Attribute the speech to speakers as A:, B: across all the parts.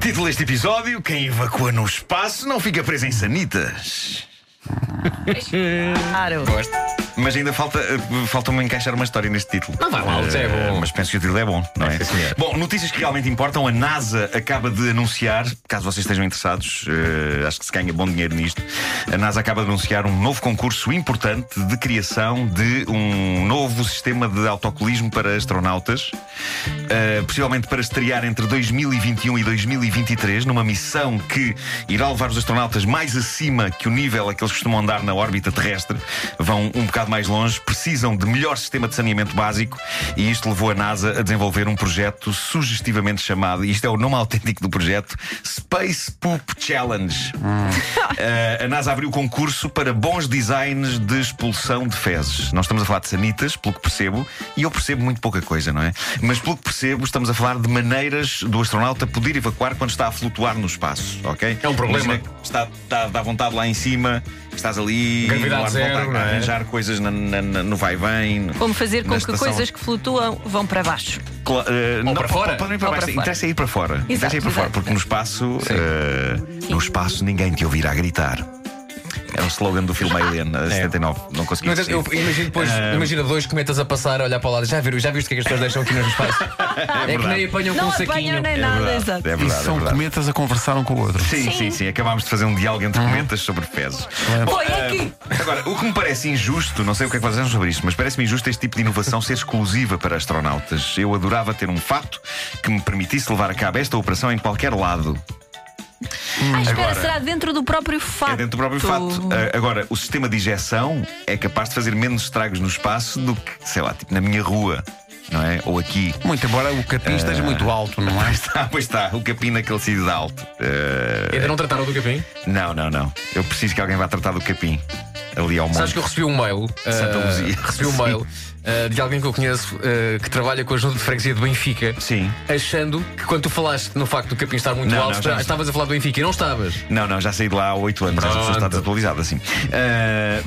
A: Título deste episódio: Quem evacua no espaço não fica preso em sanitas.
B: Claro.
A: Gosto. Mas ainda falta, eh, falta-me encaixar uma história neste título.
C: Não vai lá, o Zé é bom.
A: Eh, Mas penso que o título é bom, não é?
C: Sim, senhor.
A: Bom, notícias que realmente importam. A NASA acaba de anunciar, caso vocês estejam interessados, eh, acho que se ganha bom dinheiro nisto. A NASA acaba de anunciar um novo concurso importante de criação de um novo sistema de autocolismo para astronautas. eh, possivelmente para estrear entre 2021 e 2023, numa missão que irá levar os astronautas mais acima que o nível a que eles costumam andar na órbita terrestre. Vão um bocado mais longe, precisam de melhor sistema de saneamento básico e isto levou a NASA a desenvolver um projeto sugestivamente chamado, e isto é o nome autêntico do projeto, Space Poop Challenge. Eh, a NASA abriu concurso para bons designs de expulsão de fezes. Nós estamos a falar de sanitas, pelo que percebo, e eu percebo muito pouca coisa, não é? Mas pelo que percebo, estamos a falar de maneiras do astronauta poder evacuar quando está a flutuar no espaço, ok?
C: É um problema.
A: Imagina que está, está, dá vontade lá em cima, estás ali,
C: Gravidade
A: não há de
C: zero,
A: voltar
C: não é?
A: a arranjar coisas na, na, na, no vai e vem.
B: Como fazer com
A: Na
B: que
A: estação.
B: coisas que flutuam vão para baixo.
A: Cla- eh, não,
C: para
A: po-
C: fora.
A: po- Podem ir para
B: Ou
A: baixo.
B: para fora.
A: Interessa é ir para fora. Interessa é ir para
B: exato.
A: fora, porque no espaço, eh, no espaço ninguém te ouvirá gritar. Era o slogan do filme Alien, eh, a 79. Não consegui.
C: No entanto, É. eu
A: perceber.
C: imagino depois, imagina dois cometas a passar, a olhar para o lado. Já viram, já viste o que é que as pessoas deixam aqui nos espaços? É, que
A: verdade.
C: nem apanham
B: não
C: com um
B: apanham
C: saquinho.
B: nem
A: É
B: nada,
A: verdade,
B: exato.
A: é
D: E
A: verdade, é
D: são
A: verdade.
D: cometas a conversar um com o outro.
A: Sim, sim, sim. Acabámos de fazer um diálogo entre
C: Uhum.
A: comentas sobre fezes.
C: é
B: Foi aqui.
A: Agora, o que me parece injusto, não sei o que é que vocês acham sobre isto, mas parece-me injusto este tipo de inovação ser exclusiva para astronautas. Eu adorava ter um fato que me permitisse levar a cabo esta operação em qualquer lado.
B: Ah, espera,
A: É, Agora-
B: será dentro do próprio fato.
A: É dentro do próprio fato. Ah, Agora, o sistema de injeção é capaz de fazer menos estragos no espaço do que, sei lá, tipo na minha rua, não é? Ou aqui.
D: Muito embora o capim
C: Ah.
D: esteja muito alto, não é?
A: Ah, pois está, o capim naquele sítio de alto. Ah,
C: Ainda É não trataram do capim?
A: não, não, não. Eu preciso que alguém vá tratar do capim. Ali ao monte.
C: Sabes que eu recebi um mail.
A: Santa
C: ah,
A: Luzia.
C: Recebi um
A: Sim.
C: mail ah, de alguém que eu conheço ah, que trabalha com a junta de freguesia de Benfica.
A: Sim.
C: Achando que quando tu falaste no facto do capim estar muito
A: Não,
C: alto,
A: não, já-
C: estavas a falar do Benfica e não estavas.
A: Não, não, já saí de lá há 8 anos. Esta
C: Pronto.
A: pessoa está desatualizada, assim.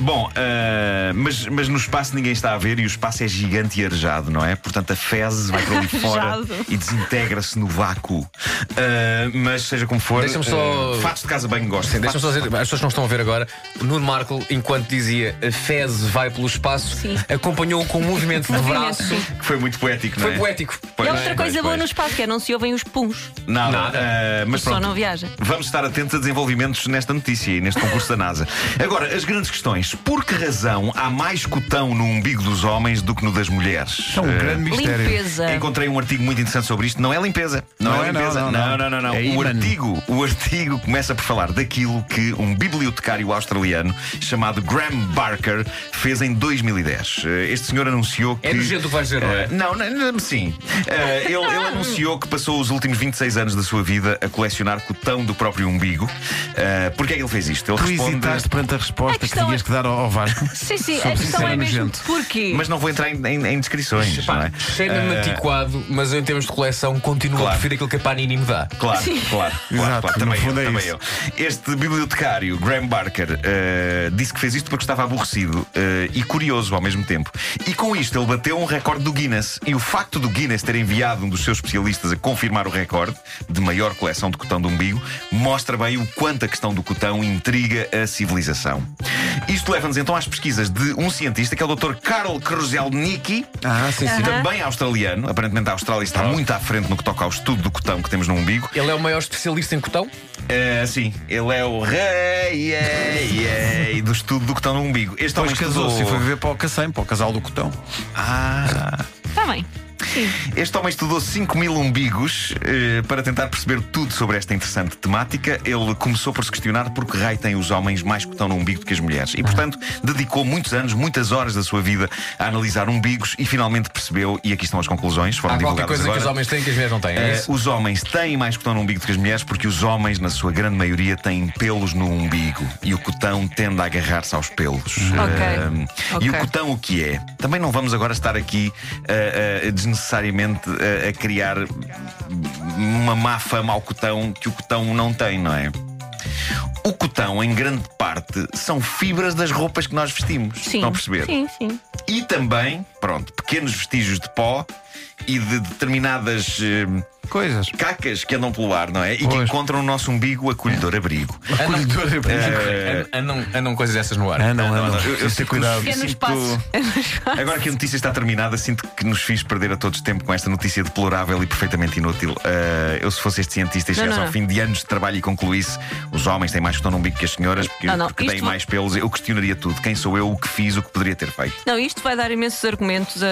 A: bom, ah, mas, mas no espaço ninguém está a ver e o espaço é gigante e arejado, não é? Portanto, a fezes vai para ali fora
B: Arejado.
A: e desintegra-se no vácuo. Ah, mas seja como for,
C: Deixa-me só-
A: ah, fatos de casa bem gosto.
C: Deixa-me só dizer, as pessoas que não estão a ver agora, o Nuno Marco, enquanto dizia a Fez vai pelo espaço,
B: Sim.
C: acompanhou com um movimento de
B: Movimento,
C: braço.
B: sim.
A: Que foi muito poético, não
C: Foi
A: é?
C: poético.
A: Pois,
B: e há outra
A: pois,
B: coisa boa
A: pois.
B: no espaço que é não se ouvem os puns.
A: Nada.
C: Nada.
A: Ah, mas
B: O pessoal
A: pronto.
B: não viaja.
A: Vamos estar atentos a desenvolvimentos nesta notícia e neste concurso da NASA. Agora, as grandes questões. Por que razão há mais cotão no umbigo dos homens do que no das mulheres? Eh,
D: É um grande mistério.
B: Limpeza.
A: Encontrei um artigo muito interessante sobre isto. Não é limpeza. Não,
D: Não
A: é,
D: é, não,
A: limpeza.
D: não,
A: não,
D: não.
A: não, não, não.
D: É
A: o
D: ímã.
A: artigo, o artigo começa por falar daquilo que um bibliotecário australiano chamado Graham Barker fez em 2010. Eh, Este senhor anunciou que
C: É nojento o que vais dizer, não é?
A: Eh, não, não, não, sim. Eh, ele, ele anunciou que passou os últimos 26 anos da sua vida a colecionar cotão do próprio umbigo. Eh, Porquê é que ele fez isto? Ele
D: Tu
A: responde-
D: hesitaste perante a
B: A
D: resposta que
B: questão
D: tinhas
B: é-
D: que dar ao ao Vasco.
B: Sim, sim, a
D: Sobre
B: questão
D: ser
B: é mesmo
D: nojento.
B: porquê.
A: Mas não vou entrar em, em- em descrições. não
C: Pá,
A: é?
C: Cheira-me antiquado, mas eu, em termos de coleção continuo
A: Claro.
C: a preferir aquilo que a Panini me dá.
A: Claro,
B: Sim.
A: claro, claro,
D: Exato,
A: claro.
D: no
A: Também, eu,
D: fundo é
A: também
D: isso.
A: eu. Este bibliotecário, Graham Barker, eh, disse que fez isto porque estava aborrecido eh, e curioso ao mesmo tempo. E com isto ele bateu um recorde do Guinness. E o facto do Guinness ter enviado um dos seus especialistas a confirmar o recorde de maior coleção de cotão de umbigo mostra bem o quanto a questão do cotão intriga a civilização. Isto leva-nos então às pesquisas de um cientista, que é o Dr. Karol Krzelnicki,
C: Ah,
D: Então,
C: sim, sim.
A: também australiano. Aparentemente a Austrália está muito à frente no que toca ao estudo do cotão que temos no umbigo.
C: Ele é o maior especialista em cotão?
A: É, sim, ele é o rei ei, ei, do estudo do cotão no umbigo. Este homem
D: Depois
A: estudou-
D: casou-se e foi viver para o Cacém, para o casal do Cotão.
A: Ah,
B: Está bem.
A: este homem estudou 5 mil umbigos eh, para tentar perceber tudo sobre esta interessante temática. Ele começou por se questionar por que raio têm os homens mais cotão no umbigo do que as mulheres. E, portanto, dedicou muitos anos, muitas horas da sua vida a analisar umbigos e finalmente percebeu, e aqui estão as conclusões, foram
C: Há qualquer
A: divulgadas
C: coisa
A: agora.
C: que os homens têm que as mulheres não têm. é
A: Eh,
C: isso?
A: os homens têm mais cotão no umbigo do que as mulheres porque os homens, na sua grande maioria, têm pelos no umbigo e o cotão tende a agarrar-se aos pelos. Eh,
B: Uhum. Ok.
A: E o
B: Ok.
A: cotão o que é? Também não vamos agora estar aqui eh, eh, desnecessariamente eh, a criar uma má fama ao cotão que o cotão não tem, não é? O cotão, em grande parte, são fibras das roupas que nós vestimos.
B: Sim.
A: Estão a perceber?
B: Sim, sim.
A: E também, pronto, pequenos vestígios de pó e de determinadas eh,
D: Coisas.
A: cacas que andam pelo ar, não é? E que
D: Pois.
A: encontram no nosso umbigo acolhedor abrigo.
D: Acolhedor
A: Eh,
C: Andam, andam coisas dessas no ar.
D: Andam,
A: não,
D: andam.
A: não, eu- eu
D: Preciso ter
A: sinto-
D: cuidado.
B: Fica nos
A: sinto-
B: passos.
A: Agora que a notícia está terminada, sinto que nos fiz perder a todos tempo com esta notícia deplorável e perfeitamente inútil. Ah, eu, se fosse este cientista e
B: Não,
A: chegasse
B: não,
A: ao
B: não.
A: fim de anos de trabalho e concluísse os homens têm mais que estão num bico que as senhoras porque,
B: Ah, Não, não,
A: porque
B: isto
A: têm
B: vai-
A: mais pelos, eu questionaria tudo. Quem sou eu, o que fiz, o que poderia ter feito.
B: Não, isto vai dar imensos argumentos a-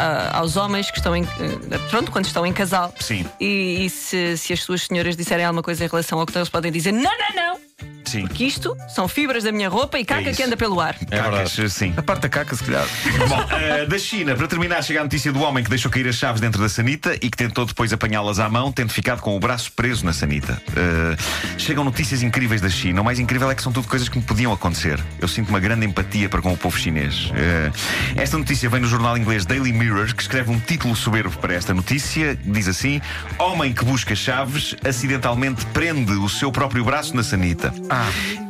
B: a- aos homens que estão em. eh, Pronto, quando estão em casal.
A: Sim.
B: E, e se, se as suas senhoras disserem alguma coisa em relação ao que eles podem dizer, não, não, não,
A: Sim.
B: que isto são fibras da minha roupa e caca
A: isso.
B: que anda pelo ar.
A: É Cacas, sim.
D: A parte da caca, se calhar.
A: Bom, eh, da China, para terminar, chega a notícia do homem que deixou cair as chaves dentro da sanita e que tentou depois apanhá-las à mão, tendo ficado com o braço preso na sanita. Eh, chegam notícias incríveis da China. O mais incrível é que são tudo coisas que me podiam acontecer. Eu sinto uma grande empatia para com o povo chinês. Eh, esta notícia vem no jornal inglês Daily Mirror, que escreve um título soberbo para esta notícia. Diz assim: Homem que busca chaves acidentalmente prende o seu próprio braço na sanita.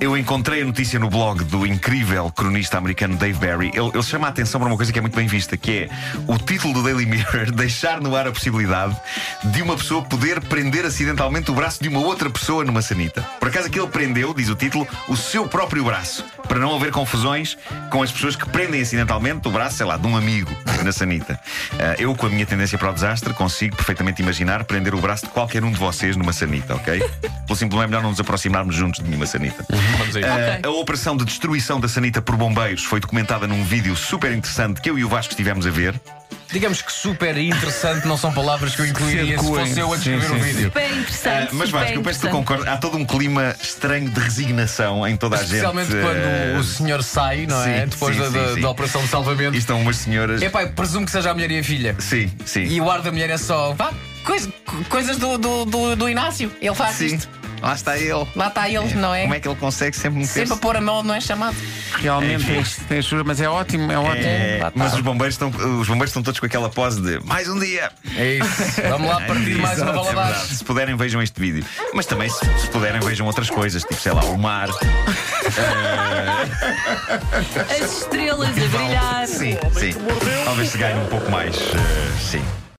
A: Eu encontrei a notícia no blog do incrível cronista americano Dave Barry. Ele, ele chama a atenção para uma coisa que é muito bem vista, que é o título do Daily Mirror deixar no ar a possibilidade de uma pessoa poder prender acidentalmente o braço de uma outra pessoa numa sanita. Por acaso aquele prendeu, diz o título, o seu próprio braço, para não haver confusões com as pessoas que prendem acidentalmente o braço, sei lá, de um amigo na sanita. Ah, eu, com a minha tendência para o desastre, consigo perfeitamente imaginar prender o braço de qualquer um de vocês numa sanita, ok? Pelo simples é melhor não nos aproximarmos juntos de nenhuma sanita.
C: Uhum. Vamos a isso.
A: Ah, A operação de destruição da sanita por bombeiros foi documentada num vídeo super interessante que eu e o Vasco estivemos a ver. Ah,
C: Digamos que super interessante não são palavras que eu incluiria se
D: Circuem.
C: fosse eu a
D: Sim,
C: descrever o
D: sim, sim.
C: vídeo.
B: Bem
A: Ah,
B: interessante.
A: mas
B: bem
A: Vasco, eu penso que tu
B: interessante.
A: concordas. Há todo um clima estranho de resignação em toda a gente.
C: Especialmente
A: ah,
C: quando o senhor sai, não é?
A: sim,
C: Depois
A: sim,
C: da,
A: sim,
C: da-
A: sim.
C: da operação de salvamento.
A: E estão umas senhoras.
C: Epá, eu presumo que seja a mulher e a filha.
A: Sim, sim.
C: É- E o ar da mulher é só. Vá, coisa- coisas do, do, do, do Inácio. Ele faz
A: sim.
C: isto.
A: Lá está ele.
C: Lá está ele, não é?
A: Como é que ele consegue sempre meter-se?
C: Sempre a pôr a mão, não é chamado.
D: Realmente tem, tem chura, mas é ótimo, é ótimo.
A: É,
C: Lá está.
A: mas os bombeiros, estão, os bombeiros estão todos com aquela pose de mais um dia.
C: É isso. Vamos lá partir mais uma
A: Exato,
C: bola
A: é
C: de ar.
A: verdade. Se puderem, vejam este vídeo. Mas também, se, se puderem, vejam outras coisas, tipo, sei lá, o mar.
B: As estrelas a brilhar.
A: Sim, sim. Talvez se ganhe um pouco mais. eh, sim.